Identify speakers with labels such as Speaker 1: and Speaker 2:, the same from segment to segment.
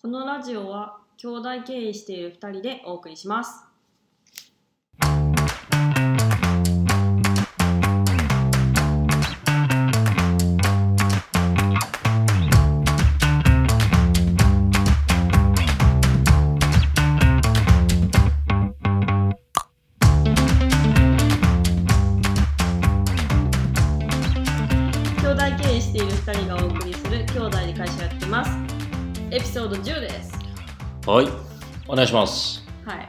Speaker 1: このラジオは兄弟経営している2人でお送りします兄弟経営している2人がお送りする兄弟で会社やってますエピソード10です
Speaker 2: はい、お願いします。
Speaker 1: はい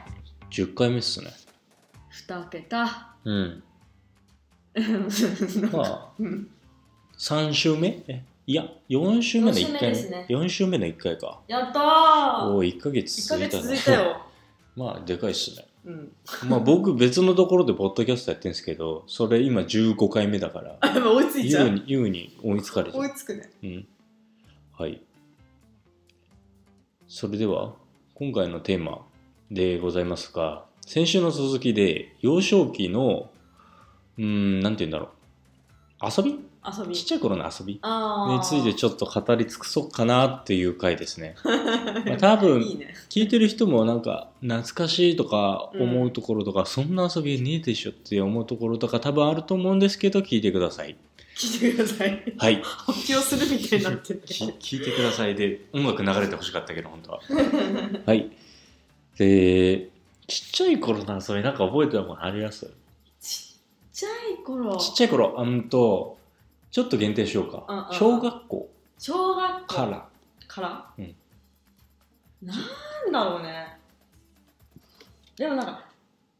Speaker 2: 10回目っすね。
Speaker 1: 2桁
Speaker 2: うん。
Speaker 1: なんか
Speaker 2: まあ、
Speaker 1: うん
Speaker 2: 3週目えいや、4週目の
Speaker 1: 四週
Speaker 2: 1
Speaker 1: 目
Speaker 2: 回
Speaker 1: ですね
Speaker 2: 4週目の1回か。
Speaker 1: やったー
Speaker 2: おお、1ヶ月
Speaker 1: 1ヶ
Speaker 2: 続いた
Speaker 1: 月続
Speaker 2: ね
Speaker 1: いたよ、
Speaker 2: まあ、でかいっすね。
Speaker 1: うん、
Speaker 2: まあ、僕、別のところでポッドキャストやってるんですけど、それ今15回目だから、
Speaker 1: あでも追いついちゃ
Speaker 2: 優
Speaker 1: う
Speaker 2: に優に追いつかれちゃ
Speaker 1: 追
Speaker 2: う
Speaker 1: い。つくね
Speaker 2: うん。はい。それでは、今回のテーマでございますが、先週の続きで、幼少期の、うーん、なんて言うんだろう。遊び
Speaker 1: 遊び
Speaker 2: ちっちゃい頃の遊び
Speaker 1: あー
Speaker 2: についてちょっと語り尽くそうかなっていう回で すね。まあ多分
Speaker 1: いいね
Speaker 2: 聞いてる人もなんか懐かしいとか思うところとか、そんな遊びねえでしょって思うところとか多分あると思うんですけど聞いてください。
Speaker 1: 聞いてください
Speaker 2: はい。
Speaker 1: 発表するみたいになってる
Speaker 2: き聞いてくださいで音楽流れてほしかったけど本当は はいでちっちゃい頃の遊びなんか覚えてるもんあります
Speaker 1: ちっちゃい頃
Speaker 2: ちっちゃい頃あんとちょっと限定しようか、
Speaker 1: うんうんうん
Speaker 2: 小学校
Speaker 1: 小学校
Speaker 2: から
Speaker 1: から、
Speaker 2: うん
Speaker 1: なんだろうねでもなんか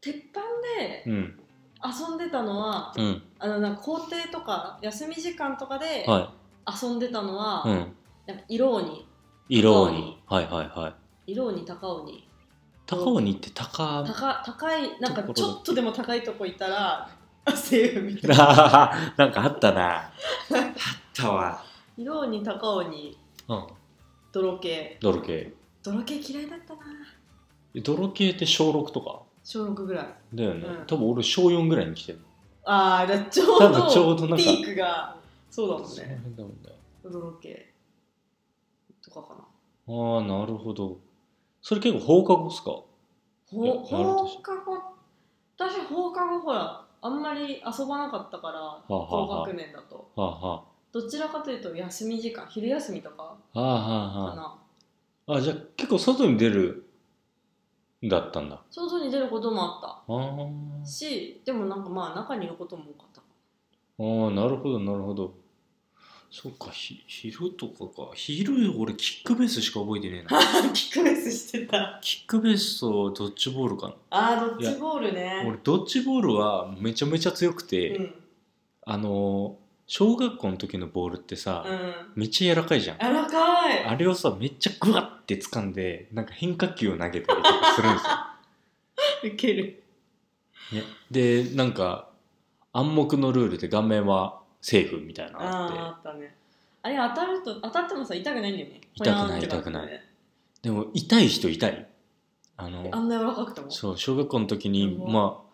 Speaker 1: 鉄板で
Speaker 2: うん
Speaker 1: 遊んでたのは、
Speaker 2: うん
Speaker 1: あのなんか校庭とか休み時間とかで
Speaker 2: は
Speaker 1: 遊んでたのは、
Speaker 2: いうん
Speaker 1: なんか色鬼
Speaker 2: 色
Speaker 1: 高
Speaker 2: 鬼
Speaker 1: 鬼
Speaker 2: はいはいはい
Speaker 1: 色鬼高鬼
Speaker 2: 高鬼って高
Speaker 1: 高高いなんか
Speaker 2: ところ
Speaker 1: ちょっとでも高いとこいたら セーフみたいな
Speaker 2: なんかあったなあったわ
Speaker 1: 色鬼高鬼
Speaker 2: うん
Speaker 1: 泥系
Speaker 2: 泥系
Speaker 1: 泥系嫌いだったな
Speaker 2: 泥系って小6とか
Speaker 1: 小6ぐらい
Speaker 2: だよね、
Speaker 1: うん
Speaker 2: 多分俺小4ぐらいに来てる
Speaker 1: ああだからちょう
Speaker 2: 多
Speaker 1: ど
Speaker 2: 分ちょうどなんか
Speaker 1: ピークがそうだもん
Speaker 2: その
Speaker 1: ね
Speaker 2: 辺だもんね
Speaker 1: 泥系とかかな
Speaker 2: ああ、なるほど。それ結構放課後っすかいや
Speaker 1: ほ
Speaker 2: なるほど
Speaker 1: 放課後私放課後ほらあんまり遊ばなかったから
Speaker 2: あはあは
Speaker 1: 高
Speaker 2: あ
Speaker 1: 学年だと
Speaker 2: はあは
Speaker 1: どちらかというと休み時間昼休みとか
Speaker 2: あ。はあは
Speaker 1: か
Speaker 2: あは
Speaker 1: な
Speaker 2: あ。あ、じゃあ結構外に出るんだったんだ。
Speaker 1: 外に出ることもあっ
Speaker 2: あー
Speaker 1: たしでもなんかまあ中にいることも多かった
Speaker 2: あー、なるほど、なるほど。そっか、ひ昼とかか。昼、俺キックベースしか覚えてね えな。
Speaker 1: キックベースしてた
Speaker 2: キックベースとドッジボールか
Speaker 1: あードッジボール
Speaker 2: な。
Speaker 1: ね
Speaker 2: 俺、ドッジボールはめちゃめちゃ強くて、
Speaker 1: うん
Speaker 2: あのー、小学校の時のボールってさ、
Speaker 1: うん
Speaker 2: めっちゃ柔らかいじゃん。
Speaker 1: 柔らかい
Speaker 2: あれをさ、めっちゃグワッて掴んで、なんか変化球を投げたりとかするんですよ。
Speaker 1: いける
Speaker 2: ね、でなんか暗黙のルールで顔面はセーフみたいなの
Speaker 1: あーあ
Speaker 2: あっ
Speaker 1: ったねあれ当たると当たってもさ痛くないんだよね
Speaker 2: 痛くない
Speaker 1: ほやーんってって
Speaker 2: 痛くなてでも痛い人痛いあの
Speaker 1: あんな柔らかくても
Speaker 2: そう小学校の時に
Speaker 1: うわ
Speaker 2: まあ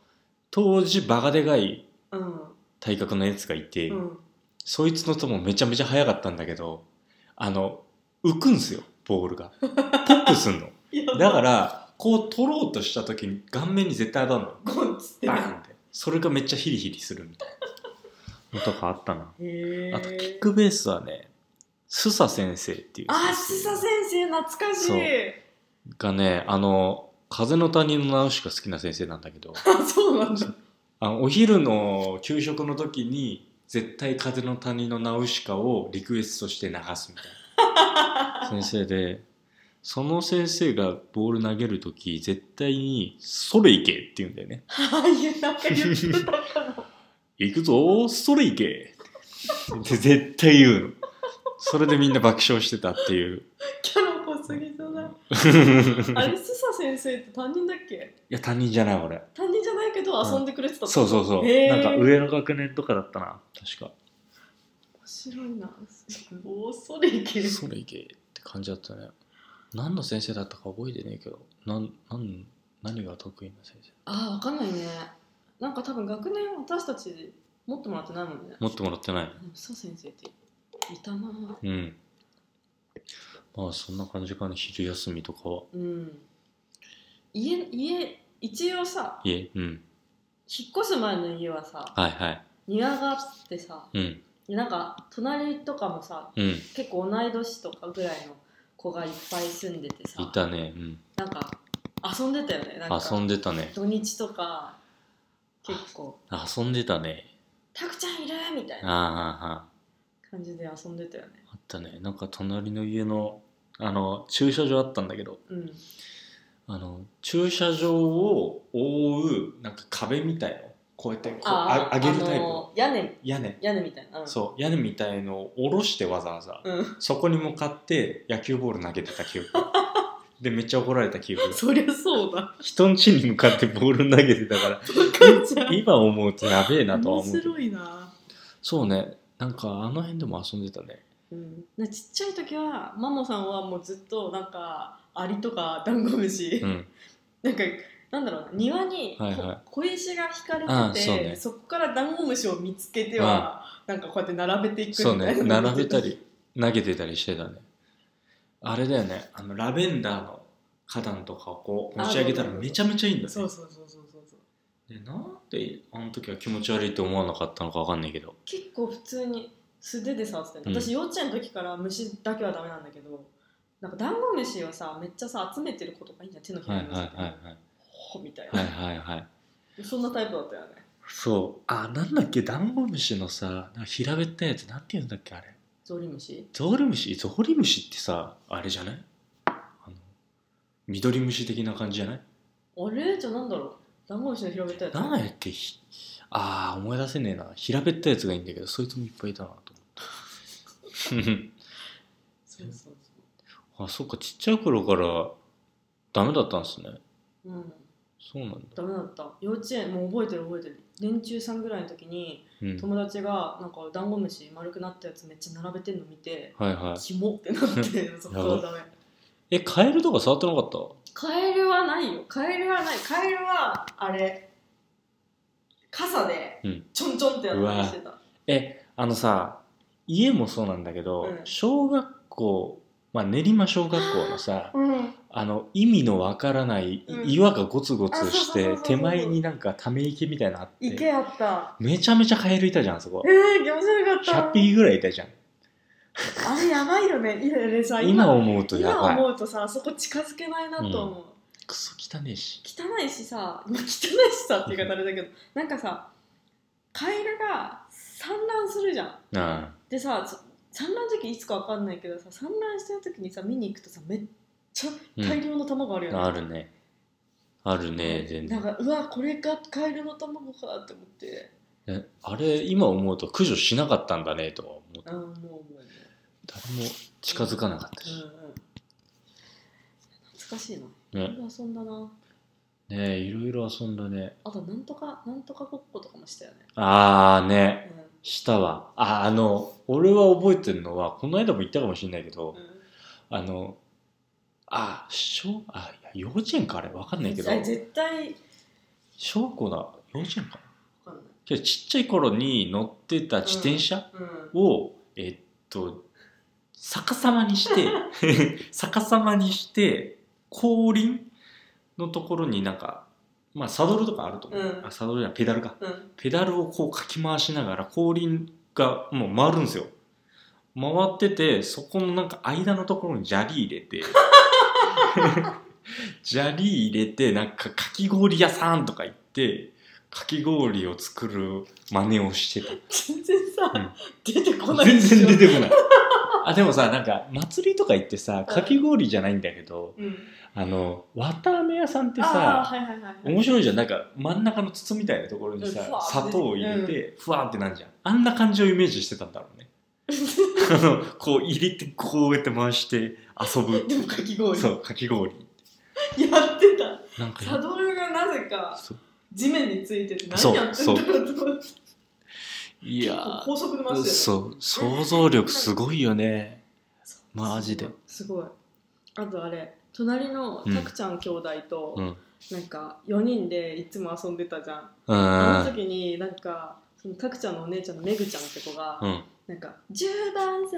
Speaker 2: 当時バカでかい
Speaker 1: うん
Speaker 2: 体格のやつがいて、
Speaker 1: うん
Speaker 2: そいつのともめちゃめちゃ速かったんだけどあの浮くんすよボールがポップす んのだからこう取ろうとした時に顔面に絶対当たるの
Speaker 1: ゴンっつって
Speaker 2: バ
Speaker 1: ね
Speaker 2: ーンってそれがめっちゃヒリヒリするみたいなのとかあったな
Speaker 1: へー
Speaker 2: あとキックベースはね、スサ先生っていう
Speaker 1: あー須佐先生懐かし
Speaker 2: そう
Speaker 1: い
Speaker 2: がね、あの、風の谷のナウシカ好きな先生なんだけど、
Speaker 1: あそうなんだ
Speaker 2: あのお昼の給食の時に、絶対風の谷のナウシカをリクエストして流す みたいな先生で、その先生がボール投げる時、絶対に、それ行けって言うんだよね。
Speaker 1: ああいうなんか言ってたかも
Speaker 2: 行くぞー、それ行けって絶対言うの。それでみんな爆笑してたっていう。
Speaker 1: キャラ濃すぎそうだあれ須佐先生って担任だっけ
Speaker 2: いや、他人じゃない俺。
Speaker 1: 担任じゃないけど遊んでくれてた
Speaker 2: そう
Speaker 1: う
Speaker 2: そうそう。
Speaker 1: へー
Speaker 2: なんか上の学年とかだったな。確か。
Speaker 1: 面白いなおーそれいける
Speaker 2: それいけって感じだったね。何の先生だったか覚えてねえけど、なん、なん、何が得意な先生
Speaker 1: ああわかんないねなんか多分学年私たち持ってもらってないもんね
Speaker 2: 持ってもらってない。
Speaker 1: 須佐先生っていたな
Speaker 2: うん。まあそんな感じかな昼休みとかは
Speaker 1: うん家家一応さ
Speaker 2: いえうん
Speaker 1: 引っ越す前の家はさ
Speaker 2: はいはい
Speaker 1: 庭があってさ
Speaker 2: うん
Speaker 1: なんか隣とかもさ
Speaker 2: うん
Speaker 1: 結構同い年とかぐらいの子がいっぱい住んでてさ
Speaker 2: いたねうん
Speaker 1: なんか遊んでたよねなんか
Speaker 2: 遊んでたね
Speaker 1: 土日とか結構
Speaker 2: 遊んでたね
Speaker 1: 「たくちゃんいる!」みたい
Speaker 2: あー
Speaker 1: な
Speaker 2: あ
Speaker 1: 感じで遊んでたよね
Speaker 2: ーあーあったねなんか隣の家のあの駐車場あったんだけど
Speaker 1: うん
Speaker 2: あの駐車場を覆うなんか壁みたいのこうやってこうあ
Speaker 1: ー
Speaker 2: 上げるタイプ
Speaker 1: あ
Speaker 2: の
Speaker 1: の屋根
Speaker 2: 屋根
Speaker 1: 屋根みたいな、うん、
Speaker 2: そう屋根みたいのを下ろしてわざわざ、
Speaker 1: うん、
Speaker 2: そこに向かって野球ボール投げてた記憶でめっちゃ怒られた記憶
Speaker 1: そりゃそうだ
Speaker 2: 人ん家に向かってボール投げてた か
Speaker 1: 赤ちゃ
Speaker 2: ら
Speaker 1: ん
Speaker 2: 今思うとやべえなとは
Speaker 1: 面
Speaker 2: 思う
Speaker 1: 白いな
Speaker 2: そうねなんかあの辺でも遊んでたね
Speaker 1: うん、なちっちゃい時はマモさんはもうずっとなんかアリとかダンゴムシ、
Speaker 2: うん
Speaker 1: なんかなんだろうな庭にこ
Speaker 2: はいはい
Speaker 1: 小石が引かれてて、
Speaker 2: あそうね
Speaker 1: そこからダンゴムシを見つけては、なんかこうやって並べていくみたい
Speaker 2: そう
Speaker 1: な
Speaker 2: ね並べたり投げてたりしてたねあれだよねあのラベンダーの花壇とかをこう持ち上げたら
Speaker 1: あ
Speaker 2: めちゃめちゃいいんだ
Speaker 1: そ
Speaker 2: ね
Speaker 1: うそうそうそうそうそう
Speaker 2: でなんであの時は気持ち悪いと思わなかったのかわかんないけど
Speaker 1: 結構普通に素手で触ってた
Speaker 2: う
Speaker 1: よ
Speaker 2: ん
Speaker 1: 私幼稚園の時から虫だけはダメなんだけどなんかダンゴムシをさめっちゃさ集めてる子とかいいじゃん手のひ
Speaker 2: はい
Speaker 1: ら
Speaker 2: はい
Speaker 1: に
Speaker 2: は
Speaker 1: 乗せ
Speaker 2: い
Speaker 1: て
Speaker 2: はい
Speaker 1: ほみたいな、
Speaker 2: はいはいはい
Speaker 1: そんなタイプだったよね
Speaker 2: そうあなんだっけダンゴムシのさなんか平べったいやつなんて言うんだっけあれ
Speaker 1: ゾウリムシ
Speaker 2: ゾウリムシゾウリムシってさあれじゃないあの緑虫的な感じじゃない
Speaker 1: あれじゃあなんだろうダンゴムシの平べったいやつ
Speaker 2: なんだっけひあー思い出せねえな平べったいやつがいいんだけどそいつもいっぱいいたなと思って
Speaker 1: そうそうそ
Speaker 2: あそっかちっちゃい頃からダメだったんですね
Speaker 1: ううん
Speaker 2: そうなんだ、
Speaker 1: ダメだった幼稚園もう覚えてる覚えてる年中さんぐらいの時に
Speaker 2: うん、
Speaker 1: 友達がなんかダンゴムシ丸くなったやつめっちゃ並べてんの見て
Speaker 2: はいはい
Speaker 1: キモってなってそこはダメ
Speaker 2: えカエルとか触ってなかった
Speaker 1: カエルはないよカエルはないカエルはあれ傘で
Speaker 2: うん
Speaker 1: ちょんちょんってやったりしてた、
Speaker 2: えあのさ家もそうなんだけど、
Speaker 1: うん
Speaker 2: 小学校、まあ、練馬小学校の さ
Speaker 1: うん
Speaker 2: あの意味のわからない
Speaker 1: うん
Speaker 2: い岩がゴツゴツし
Speaker 1: あそうそうそう
Speaker 2: て
Speaker 1: そう
Speaker 2: 手前になんかため池みたいなのあって
Speaker 1: 池あった
Speaker 2: めちゃめちゃカエルいたじゃんあそこ
Speaker 1: えー、気持ち悪かった
Speaker 2: 100匹ぐらいいたじゃん
Speaker 1: あれやばいよねいやいやさ
Speaker 2: 今
Speaker 1: 今
Speaker 2: 思うとや
Speaker 1: 今
Speaker 2: ばい
Speaker 1: 思うとさそこ近づけないなと思う、
Speaker 2: クソ汚ねえし
Speaker 1: 汚いしさまあ汚いしさって言い方あれだけどなんかさカエルが産卵するじゃん
Speaker 2: あ
Speaker 1: でさそ産卵時期いつかわかんないけどさ産卵してる時にさ見に行くとさめっちゃ
Speaker 2: あ,、うん
Speaker 1: 大量の卵あるよね、
Speaker 2: あるねあるね全
Speaker 1: な
Speaker 2: 然
Speaker 1: んかうわこれがカエルの卵かって思って
Speaker 2: えあれ今思うと駆除しなかったんだねとは思う
Speaker 1: あーもうもうもう、
Speaker 2: 誰も近づかなかった
Speaker 1: うん
Speaker 2: し、
Speaker 1: うん、懐かしいな
Speaker 2: ね
Speaker 1: 色々遊んだな
Speaker 2: ねいろいろ遊んだね
Speaker 1: あとなんとかなんとかごっことかもしたよね、
Speaker 2: ああね
Speaker 1: う
Speaker 2: したわああの俺は覚えてるのはこの間も言ったかもしれないけど
Speaker 1: んうん、
Speaker 2: あのあ小あいや幼稚園かあれわかんないけど
Speaker 1: あ絶対
Speaker 2: 小学校だ幼稚園かな
Speaker 1: わかん
Speaker 2: けどちっちゃい頃に乗ってた自転車
Speaker 1: ない、うん
Speaker 2: を、えっと逆さまにして逆さまにして後輪のところになんかまあサドルとかあると思う、
Speaker 1: うん
Speaker 2: あサドルじゃないペダルか
Speaker 1: うん
Speaker 2: ペダルをこうかき回しながら後輪がもう回るんですよ回っててそこのなんか間のところに砂利入れて砂利入れてなんかかき氷屋さんとか行ってかき氷を作る真似をしてた
Speaker 1: 全然さ、
Speaker 2: うん
Speaker 1: 出てこない
Speaker 2: 全然出
Speaker 1: て
Speaker 2: てこない あでもさなんか祭りとか行ってさかき氷じゃないんだけど
Speaker 1: うん、
Speaker 2: あの綿あめ屋さんって
Speaker 1: あ
Speaker 2: さ
Speaker 1: あはいはいはいはい
Speaker 2: 面白いじゃんなんか真ん中の筒みたいなところにさ
Speaker 1: うんふわー
Speaker 2: 砂糖を入れてふわーってなんじゃんあんな感じをイメージしてたんだろ うねあのこう入れてこうやって回して遊ぶ
Speaker 1: でもかき氷
Speaker 2: そうかき氷
Speaker 1: やってた
Speaker 2: なんか
Speaker 1: サ
Speaker 2: や
Speaker 1: ドルがなぜか
Speaker 2: そう
Speaker 1: 地面についてて
Speaker 2: そう
Speaker 1: 何やってんだろうと思って
Speaker 2: い
Speaker 1: 結
Speaker 2: や
Speaker 1: 構
Speaker 2: ー
Speaker 1: 高速で回してたよね
Speaker 2: そう想像力すごいよねマジです
Speaker 1: ごいあとあれ隣の
Speaker 2: うん
Speaker 1: たくちゃん兄弟と、
Speaker 2: うん
Speaker 1: なんか4人でいつも遊んでたじゃん、
Speaker 2: う
Speaker 1: あの
Speaker 2: ん
Speaker 1: 時になんかそのたくちゃんのお姉ちゃんのめぐちゃんって子が、
Speaker 2: うん
Speaker 1: なんか「10番さ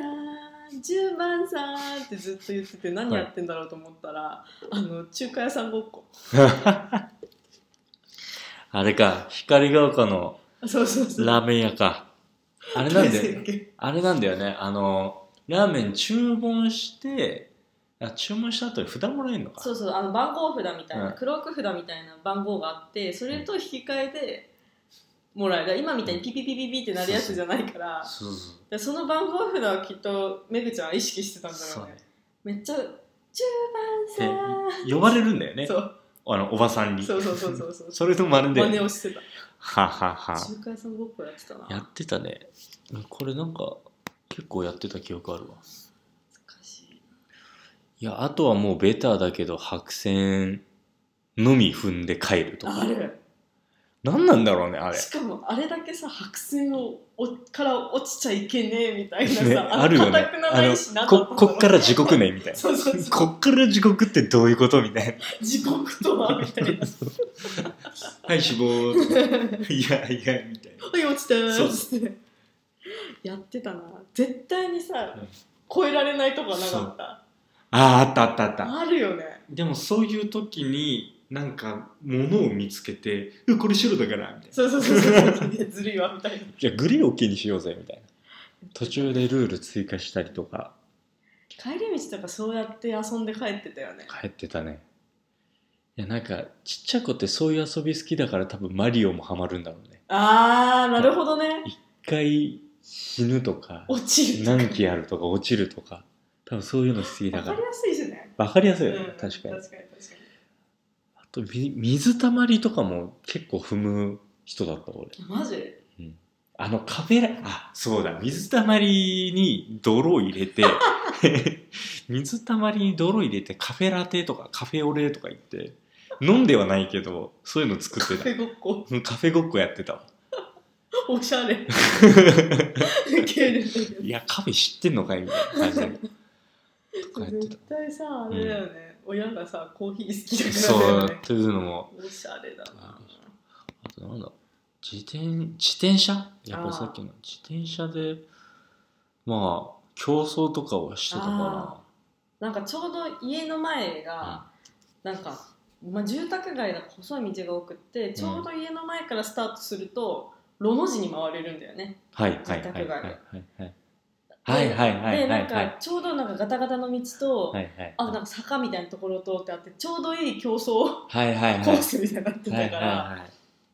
Speaker 1: ん10番さんってずっと言ってて何やってんだろうと思ったら、あの中華屋さんごっこ
Speaker 2: あれか、光が丘の
Speaker 1: あそうそうそう
Speaker 2: ラーメン屋か。あれな んだよ
Speaker 1: 先生
Speaker 2: あれなんだよね。あの、ラーメン注文して、あ注文した後に札もらえるのか。
Speaker 1: そうそうあの番号札みたいな、
Speaker 2: うん
Speaker 1: クローク札みたいな番号があってそれと引き換えでもらえるだから今みたいにピピピピピってなるやつじゃないからだか
Speaker 2: そうそう
Speaker 1: らその番号札をきっとめぐちゃんは意識してたんだ
Speaker 2: そ
Speaker 1: ろ
Speaker 2: う
Speaker 1: うね
Speaker 2: ね
Speaker 1: めっちゃ「10番さん
Speaker 2: 呼ばれるんだよ」ね。
Speaker 1: そう
Speaker 2: あの、おばさんに。
Speaker 1: そうそうそうそうそう
Speaker 2: それと真似で。
Speaker 1: 真似をしてた
Speaker 2: ははは。
Speaker 1: 中華屋さんごっこやってたな
Speaker 2: やってたね。これなんか、結構やってた記憶あるわ。
Speaker 1: 難しい
Speaker 2: いや、あとはもうベターだけど、白線のみ踏んで帰るとか。
Speaker 1: ある
Speaker 2: 何なんだろうね、あれ。
Speaker 1: しかもあれだけさ白線をおから落ちちゃいけねえみたいなさ、
Speaker 2: ね、あるよね
Speaker 1: 硬く。な
Speaker 2: あ
Speaker 1: な
Speaker 2: の
Speaker 1: いしな、
Speaker 2: こ、こっからら地獄ね、みたい な。
Speaker 1: そうそうそう
Speaker 2: こっから地獄ってどういうことみたい
Speaker 1: 地獄とはみたいな
Speaker 2: な。 はい、死亡。いやいや、みたいな。
Speaker 1: はい落ちて
Speaker 2: そう
Speaker 1: ってやってたな絶対にさ、
Speaker 2: うん
Speaker 1: 超えられないとこはなかった
Speaker 2: ああ、あったあったあった。
Speaker 1: あるよね
Speaker 2: でもそういう時に、なんか、ものを見つけて、うこれ白だから、みたいな。
Speaker 1: そうそう そうそういやずるいわみたいな
Speaker 2: じゃあ、グレーを OK にしようぜ、みたいな。途中でルール追加したりとか、
Speaker 1: 帰り道とかそうやって遊んで帰ってたよね
Speaker 2: 帰ってたね。いや、なんか、ちっちゃい子ってそういう遊び好きだから、多分マリオもハマるんだろうね。
Speaker 1: あーなるほどね
Speaker 2: 一回死ぬとか、
Speaker 1: 落ちる
Speaker 2: 何期あるとか、落ちるとか、多分そういうの好きだ
Speaker 1: わ
Speaker 2: か
Speaker 1: からり。やすいしね
Speaker 2: わかりやすいよね、
Speaker 1: うん
Speaker 2: 確かに。
Speaker 1: 確かに確か
Speaker 2: あとみ水たまりとかも結構踏む人だった俺
Speaker 1: にマジ
Speaker 2: あのカフェラあそうだ水たまりに泥を入れて 水たまりに泥を入れてカフェラテとかカフェオレとか言って飲んではないけどそういうの作
Speaker 1: カ
Speaker 2: っ
Speaker 1: フ
Speaker 2: て
Speaker 1: ェごっこ
Speaker 2: たうんカフェごっこやってたわ
Speaker 1: おし ゃれ 受ける
Speaker 2: いやカフェ知ってんのかいみたいな感じだけどとかやって
Speaker 1: 絶対さあれだよね、親がさコーヒー好き
Speaker 2: た
Speaker 1: だからだ
Speaker 2: そ
Speaker 1: よね
Speaker 2: うというのも
Speaker 1: おしゃれだな。
Speaker 2: あとなんだ自転自転車やっぱりさっきの自転車でまあ競争とかはしてたか
Speaker 1: なんかちょうど家の前
Speaker 2: ら
Speaker 1: が、なんか、まあ、住宅街だから細い道が多くって、ちょうど家の前からスタートすると、ロの字に回れるんだよね。
Speaker 2: はいはいはいはいはいはいはいはい
Speaker 1: で、な
Speaker 2: は
Speaker 1: いん
Speaker 2: はい
Speaker 1: か、ちょうどなんかガタガタの道と、
Speaker 2: はいはい
Speaker 1: あ、なんか坂みたいなところを通ってあって、ちょうどいい競争
Speaker 2: はいはいはい
Speaker 1: コースみたいになってた
Speaker 2: はい
Speaker 1: か
Speaker 2: はい
Speaker 1: ら、
Speaker 2: はい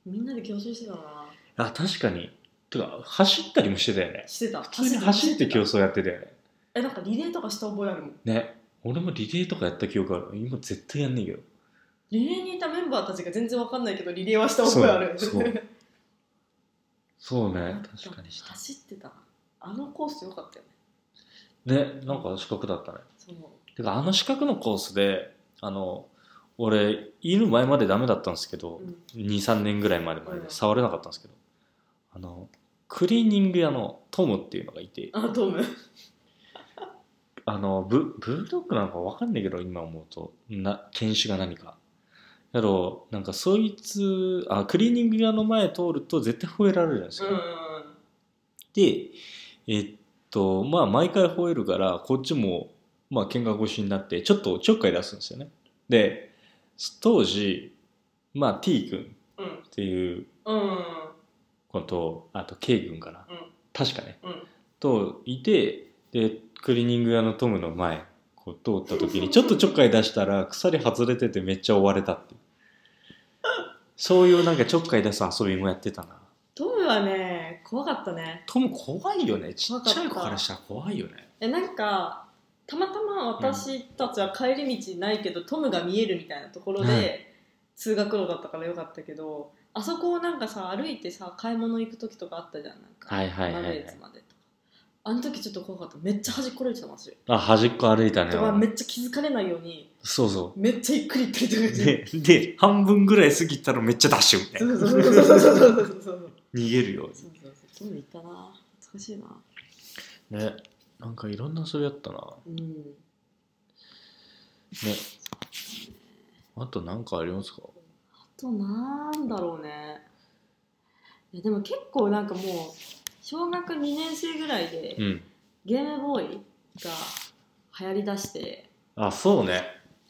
Speaker 1: みんなで競争してたな。
Speaker 2: あ確かにてか走ったりもしてたよね
Speaker 1: してた。
Speaker 2: 普通に走って競
Speaker 1: た
Speaker 2: 争やってたよね
Speaker 1: え、なんかリレーとかした覚えあるもん。
Speaker 2: ね俺もリレーとかやった記憶ある今絶対やんねえけど
Speaker 1: リレーにいたメンバーたちが全然わかんないけど、リレーはした覚えある。
Speaker 2: そうそうそう
Speaker 1: あ
Speaker 2: ね
Speaker 1: った
Speaker 2: 確かにした
Speaker 1: 走ってたなあのコース良かったよね
Speaker 2: ねなんか四角だったね
Speaker 1: その
Speaker 2: てかあの四角のコースであの俺犬前までダメだったんですけど、
Speaker 1: うん
Speaker 2: 23年ぐらいまでまで
Speaker 1: うん
Speaker 2: 触れなかったんですけど、あのクリーニング屋のトムっていうのがいて
Speaker 1: あトム
Speaker 2: あのブブルドッグなのか分かんないけど今思うとな犬種が何かだろなんかそいつあクリーニング屋の前通ると絶対吠えられるんですよ、でえっとまあ毎回吠えるからこっちもまあ喧嘩腰になってちょっとちょっかい出すんですよねで当時まあ T 君
Speaker 1: うんうん
Speaker 2: っていう
Speaker 1: うんうん
Speaker 2: 子とあと K 君かな、
Speaker 1: うん
Speaker 2: 確かね
Speaker 1: うん
Speaker 2: といてでクリーニング屋のトムの前こう通った時にちょっとちょっかい出したら鎖外れててめっちゃ追われたっていうそういうなんかちょっかい出す遊びもやってたな
Speaker 1: トムはね怖かったね
Speaker 2: トム怖いよねちっちゃい子からしたら怖いよね
Speaker 1: えなんかたまたま私たちは帰り道ないけど、トムが見えるみたいなところで、
Speaker 2: うん
Speaker 1: 通学路だったからよかったけどあそこをなんかさ歩いてさ買い物行く時とかあったじゃんなんか、
Speaker 2: はいはいはいはい
Speaker 1: マグレーツまでとかあの時ちょっと怖かっためっちゃ端っこ歩いてたマジで
Speaker 2: あ端っこ歩いたね
Speaker 1: とかめっちゃ気づかれないように
Speaker 2: そうそ
Speaker 1: めっちゃゆっくり行ってるって感じ
Speaker 2: う。で、で、半分ぐらい過ぎたらめっちゃダッシュみたい
Speaker 1: そう
Speaker 2: な。
Speaker 1: そうそうそうそうそうそうそう。
Speaker 2: 逃げるよ
Speaker 1: そうそうそう。どういったな。懐かしいな。
Speaker 2: うに。ね。なんかいろんな遊びあったな。
Speaker 1: うん。
Speaker 2: ね。あとなんかありますか
Speaker 1: あとなんだろうね。いやでも結構なんかもう小学2年生ぐらいで
Speaker 2: うん。
Speaker 1: ゲームボーイ流行りだして
Speaker 2: あそうね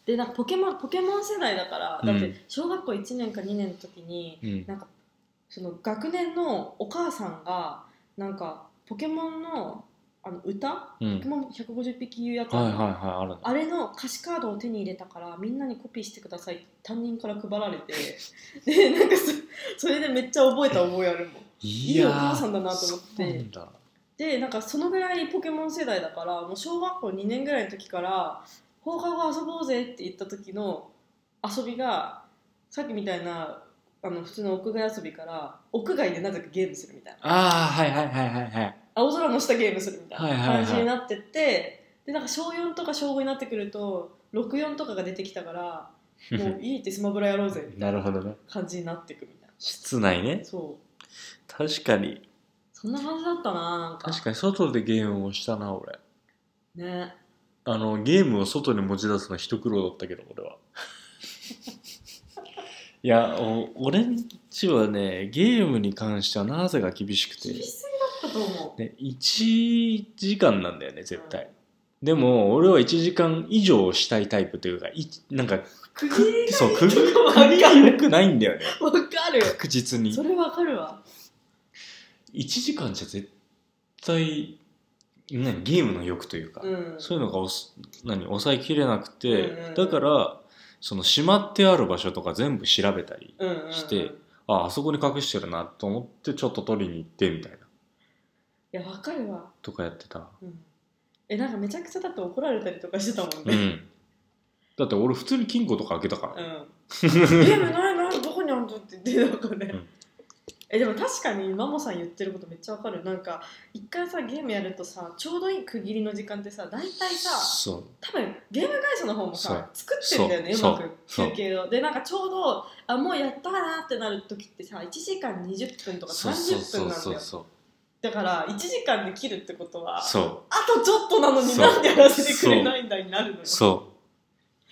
Speaker 1: でなんかポケモンポケモン世代だからだっ
Speaker 2: う
Speaker 1: て
Speaker 2: ん
Speaker 1: 小学校1年か2年の時に、
Speaker 2: うん
Speaker 1: なんかその学年のお母さんがなんかポケモンのあの歌
Speaker 2: う
Speaker 1: ポケ
Speaker 2: ん
Speaker 1: モン150匹言うやつ、
Speaker 2: はいはいはいあるね
Speaker 1: あれの歌詞カードを手に入れたからみんなにコピーしてくださいって担任から配られて でなんかそそれでめっちゃ覚えた覚えあるもん
Speaker 2: い
Speaker 1: いいお母さんだなと思って
Speaker 2: そうなんだ
Speaker 1: でなんかそのぐらいポケモン世代だからもう小学校2年ぐらいの時から放課後遊ぼうぜって言った時の遊びがさっきみたいなあの普通の屋外遊びから屋外でなぜかゲームするみたいな
Speaker 2: ああはいはいはいはいはい
Speaker 1: 青空の下ゲームするみたい
Speaker 2: は
Speaker 1: な
Speaker 2: いはいはい
Speaker 1: 感じになってって、でなんか小4とか小5になってくると64とかが出てきたからもういいってスマブラやろうぜみたい
Speaker 2: なるほどね
Speaker 1: な感じになってくみたい
Speaker 2: 室内ね
Speaker 1: なそう
Speaker 2: 確かに
Speaker 1: そんな感じだったななんか
Speaker 2: 確かに外でゲームをしたな俺
Speaker 1: ね
Speaker 2: あのゲームを外に持ち出すの一苦労だったけど俺は いやお俺んちはねゲームに関してはなぜか厳しくて
Speaker 1: 厳しすぎだったと思う
Speaker 2: ね、1時間なんだよね絶対、でも俺は1時間以上したいタイプというかいなんか
Speaker 1: 区切り
Speaker 2: くそう区切り
Speaker 1: わかる
Speaker 2: がよくないんだ よね
Speaker 1: わかる
Speaker 2: 確実 に
Speaker 1: それわかるわ
Speaker 2: 1時間じゃ絶対何ゲームの欲というか、
Speaker 1: うん
Speaker 2: そういうのがおす何抑えきれなくて、
Speaker 1: うんうんうん
Speaker 2: だからそのしまってある場所とか全部調べたり
Speaker 1: うんうんうん
Speaker 2: して
Speaker 1: い
Speaker 2: ああそこに隠してるなと思ってちょっと取りに行ってみたいな
Speaker 1: やわかるわ、
Speaker 2: とかやってた
Speaker 1: うん、えなんかめちゃくちゃだって怒られたりとかしてたもん
Speaker 2: う
Speaker 1: ね
Speaker 2: んだって俺普通に金庫とか開けたから、
Speaker 1: うん、ゲームないないどこにあんのって言ってなんかね、
Speaker 2: うん
Speaker 1: えでも確かにマモさん言ってることめっちゃわかるなんか一回さゲームやるとさちょうどいい区切りの時間ってさ大体さ
Speaker 2: そう
Speaker 1: 多分ゲーム会社の方もさ作ってんだよねう
Speaker 2: そう
Speaker 1: まく
Speaker 2: そう
Speaker 1: 休憩をでなんかちょうどあもうやったなってなる時ってさ1時間20分とか
Speaker 2: そうそう
Speaker 1: 30
Speaker 2: そ
Speaker 1: 分
Speaker 2: う
Speaker 1: なんだ
Speaker 2: そう
Speaker 1: よ
Speaker 2: そう
Speaker 1: だから1時間で切るってことは
Speaker 2: そう
Speaker 1: あとちょっとなのに
Speaker 2: そう
Speaker 1: なんでやらせてくれないんだになるのよ
Speaker 2: そ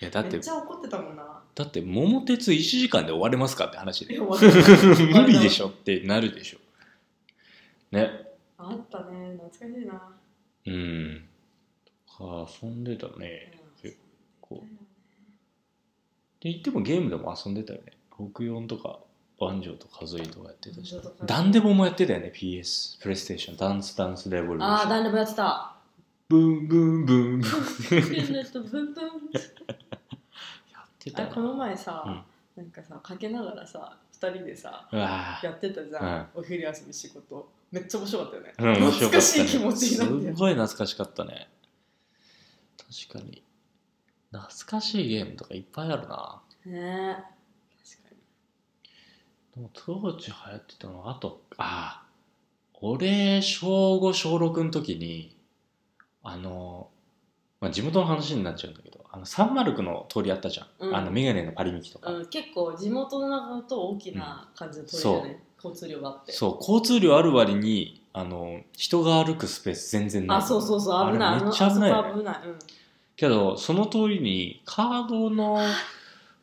Speaker 2: ういやだっ
Speaker 1: め
Speaker 2: て
Speaker 1: っちゃ怒ってたもん な
Speaker 2: だって桃鉄1時間で終われますかって話
Speaker 1: い
Speaker 2: で
Speaker 1: や終わった
Speaker 2: 無理でしょってなるでしょね
Speaker 1: あったね懐かしいな、
Speaker 2: うんあ遊んでたね
Speaker 1: うん
Speaker 2: 結構で言ってもゲームでも遊んでたよね64とかバンジョーとか数えとかやってたし
Speaker 1: 本当だ
Speaker 2: ダンデボもやってたよね PS プレイステーションダンスダンスレボリュー
Speaker 1: あー
Speaker 2: ション
Speaker 1: ダンレブや ってた
Speaker 2: ブンブンブンブンや
Speaker 1: ブンブン
Speaker 2: ってた
Speaker 1: あ
Speaker 2: な
Speaker 1: この前さ、なんかさかけながらさ2人でさ
Speaker 2: うわー
Speaker 1: やってたじゃん、お昼休み仕事めっちゃ面白かったよね、
Speaker 2: うん面白
Speaker 1: 懐
Speaker 2: か
Speaker 1: か
Speaker 2: った
Speaker 1: し
Speaker 2: ね
Speaker 1: い気持ちになって
Speaker 2: すごい懐かしかったね確かに懐かしいゲームとかいっぱいあるな
Speaker 1: ね確か
Speaker 2: でも当時流行ってたのはあとああ俺小5小6の時にあの、まあ、地元の話になっちゃうんだけどあのサンマルクの通りあったじゃん、
Speaker 1: うん
Speaker 2: あのメガネのパリミキとか、
Speaker 1: に、うん、結構地元の中だと大きな感じの通りだね、交通量があって
Speaker 2: そう交通量ある割にあの人が歩くスペース全然ない
Speaker 1: あそうそうそう危な
Speaker 2: あ
Speaker 1: い
Speaker 2: れめっちゃ危ないよね
Speaker 1: あのあそこは危ない、うん
Speaker 2: けどその通りにカードの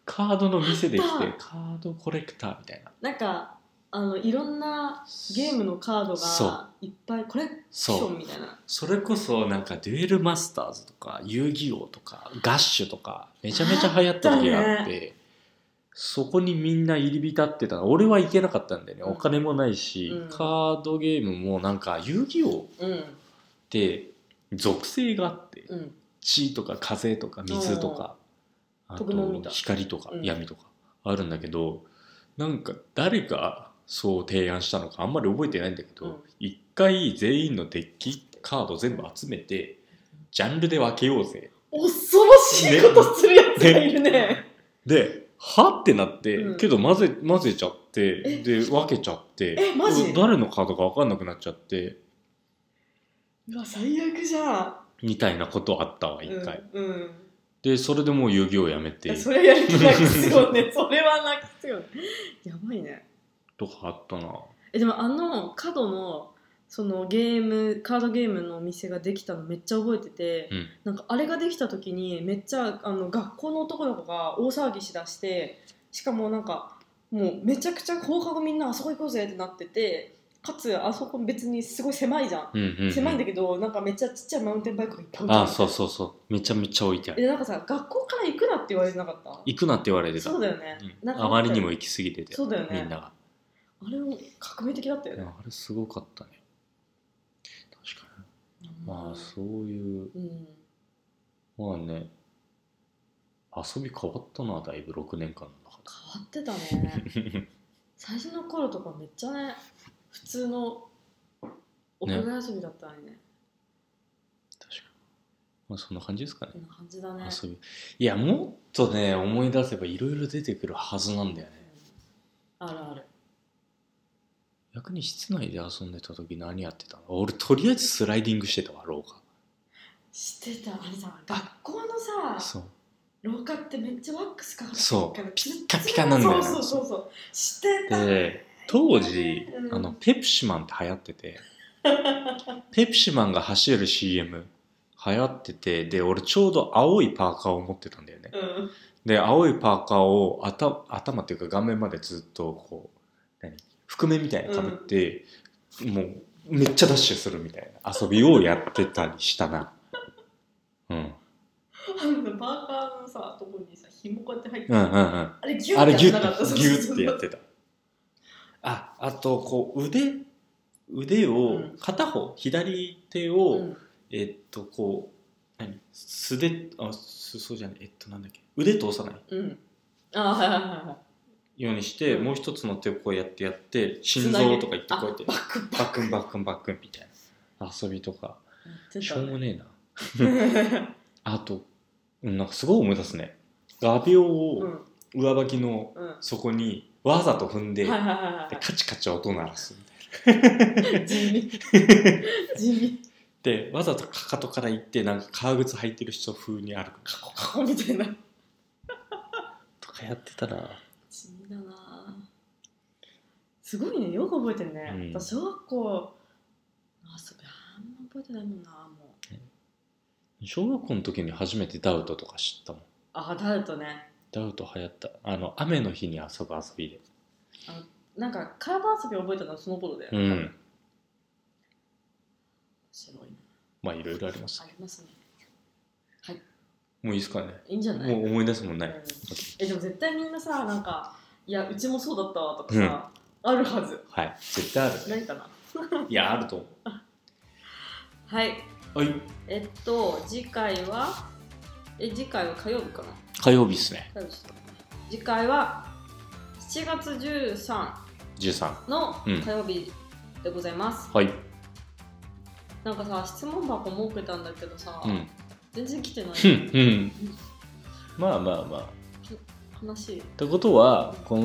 Speaker 2: カードの店で来
Speaker 1: あ
Speaker 2: て
Speaker 1: っ
Speaker 2: カードコレクターみたいな
Speaker 1: なんかあのいろんなゲームのカード
Speaker 2: そう
Speaker 1: がいっぱいコレクショ
Speaker 2: そう
Speaker 1: ンみたいな
Speaker 2: それこそなんかデュエルマスターズとか遊戯王とかガッシュとかめちゃめちゃ流行った時があ
Speaker 1: あっ
Speaker 2: っ
Speaker 1: て
Speaker 2: そこにみんな入り浸ってたの俺は行けなかったんだよね、
Speaker 1: うん
Speaker 2: お金もないし、
Speaker 1: うん
Speaker 2: カードゲームもなんか遊戯王っ
Speaker 1: うん
Speaker 2: て属性があって
Speaker 1: うん
Speaker 2: 地とか風とか水とかあと
Speaker 1: ポケモンみたい
Speaker 2: 光とか
Speaker 1: うん
Speaker 2: 闇とかあるんだけど、なんか誰がそう提案したのかあんまり覚えてないんだけ
Speaker 1: うん
Speaker 2: ど、一回全員のデッキカード全部集めてジャンルで分けようぜ
Speaker 1: 恐ろしいことするやつがいるね
Speaker 2: ではってなって、
Speaker 1: うん
Speaker 2: けど混ぜ混ぜちゃって
Speaker 1: え
Speaker 2: で分けちゃって
Speaker 1: えマジ
Speaker 2: 誰のカードか分かんなくなっちゃって
Speaker 1: うわ最悪じゃん
Speaker 2: みたいなことあったわ一回、
Speaker 1: うん、うん
Speaker 2: でそれでもう遊戯王やめ
Speaker 1: い
Speaker 2: て
Speaker 1: やそれはやる気なくすよ ねそれはなくすよねやばいね
Speaker 2: とかあったな
Speaker 1: えでもあの角のそのゲームカードゲームのお店ができたのめっちゃ覚えてて、
Speaker 2: うん
Speaker 1: なんかあれができた時にめっちゃあの学校の男の子が大騒ぎしだしてしかもなんかもうめちゃくちゃ放課後みんなあそこ行こうぜってなっててかつあそこ別にすごい狭いじゃん、
Speaker 2: うんうんうん、
Speaker 1: 狭いんだけどなんかめっちゃちっちゃいマウンテンバイクがいっぱい置いてあ
Speaker 2: あ
Speaker 1: る
Speaker 2: あそうそうそうめちゃめちゃ置いてある
Speaker 1: えなんかさ学校から行くなって言われてなかった
Speaker 2: 行くなって言われてた
Speaker 1: そうだよね、
Speaker 2: うん
Speaker 1: なんか
Speaker 2: あまりにも行き過ぎてて
Speaker 1: そうだよね
Speaker 2: みんなが
Speaker 1: あれも革命的だったよ
Speaker 2: いや
Speaker 1: ね、
Speaker 2: あれすごかったね確かにまあそういう
Speaker 1: うん、うん、
Speaker 2: まあね遊び変わったなだいぶ6年間の中で
Speaker 1: 変わってたね 最初の頃とかめっちゃね普通のお風呂遊びだったのにね
Speaker 2: 確かにまあそんな感じですかね
Speaker 1: こんな感じだね
Speaker 2: 遊びいやもっとね思い出せばいろいろ出てくるはずなんだよね
Speaker 1: うんあるある
Speaker 2: 逆に室内で遊んでた時何やってたの俺とりあえずスライディングしてたわ廊
Speaker 1: してたあれさ学校のさ
Speaker 2: 下そう
Speaker 1: 廊下ってめっちゃワックスかかって
Speaker 2: そう
Speaker 1: からピ
Speaker 2: カピカなんだよね
Speaker 1: そうそうそうそうしてた
Speaker 2: で当時
Speaker 1: うん
Speaker 2: あのペプシマンって流行っててペプシマンが走る CM 流行っててで俺ちょうど青いパーカーを持ってたんだよね
Speaker 1: うん
Speaker 2: で青いパーカーを頭頭っていうか顔面までずっとこう何覆面みたいなの被って、もうめっちゃダッシュするみたいな遊びをやってたりしたなうん
Speaker 1: あのパーカーのさとこにさ紐こうやって入って
Speaker 2: う
Speaker 1: る、
Speaker 2: んうんうん
Speaker 1: あれギュ
Speaker 2: あれ
Speaker 1: ッて
Speaker 2: ギ
Speaker 1: や
Speaker 2: ュ
Speaker 1: らなかった
Speaker 2: ッてギュッてやってたああとこう腕腕
Speaker 1: う
Speaker 2: を
Speaker 1: ん
Speaker 2: 片方左手を、
Speaker 1: うん
Speaker 2: えっとこう何素手あすそうじゃないえっとなんだっけ腕通さない
Speaker 1: うんあはいはいはいはい
Speaker 2: ようにして、
Speaker 1: うん
Speaker 2: もう一つの手をこうやってやって心臓とか言ってこうやって
Speaker 1: バックバッ
Speaker 2: バックンバックンバックンみたいな遊びとか
Speaker 1: ク
Speaker 2: しょうも
Speaker 1: ね
Speaker 2: ねえなあとうんなんかすごい思い出すね画鋲
Speaker 1: う
Speaker 2: を
Speaker 1: ん
Speaker 2: 上履きの
Speaker 1: うんは
Speaker 2: そこにわざと踏んで、
Speaker 1: いはいはいは
Speaker 2: でカチカチ音鳴らすみたい
Speaker 1: い地味地味
Speaker 2: な でわざとかかとから行ってなんか革靴履いてる人風に歩く
Speaker 1: カコカコみたいな
Speaker 2: とかやってたら
Speaker 1: 地味だなすごいねよく覚えてるね、
Speaker 2: うん
Speaker 1: 私小学校あそびあんま覚えてないもんなもう
Speaker 2: 小学校の時に初めてダウトとか知ったもん
Speaker 1: あダウトね
Speaker 2: ダウト流行ったあの雨の日に遊ぶ遊びで
Speaker 1: なんか体遊び覚えたのはその頃だよ
Speaker 2: う
Speaker 1: ね、
Speaker 2: ん
Speaker 1: 白いな
Speaker 2: まあいろいろあります
Speaker 1: ありますね
Speaker 2: もういいですかね
Speaker 1: いいんじゃない、
Speaker 2: もう思い出すもんな
Speaker 1: う
Speaker 2: い
Speaker 1: んえでも絶対みんなさなんかいやうちもそうだったわとかさ、あるはず
Speaker 2: はい絶対ある
Speaker 1: ないかない
Speaker 2: やあると思
Speaker 1: はい、
Speaker 2: うはい
Speaker 1: えっと、次回は、え、次回は火曜日かな
Speaker 2: 火曜日ですね
Speaker 1: 火曜日だったかな次回は、7月13
Speaker 2: 13
Speaker 1: の
Speaker 2: うん
Speaker 1: 火曜日でございます。
Speaker 2: はい
Speaker 1: なんかさ、質問箱設けたんだけどさ、
Speaker 2: うん
Speaker 1: 全然来てない。
Speaker 2: うんうんまあまあまあ
Speaker 1: 話、
Speaker 2: ってことはこ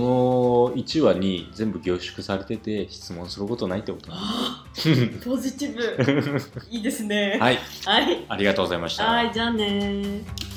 Speaker 2: の1話に全部凝縮されてて質問することないってことなん
Speaker 1: あ
Speaker 2: で
Speaker 1: ーポジティブ、いいですね。
Speaker 2: はい
Speaker 1: はい。
Speaker 2: ありがとうございました
Speaker 1: はい、じゃあねー。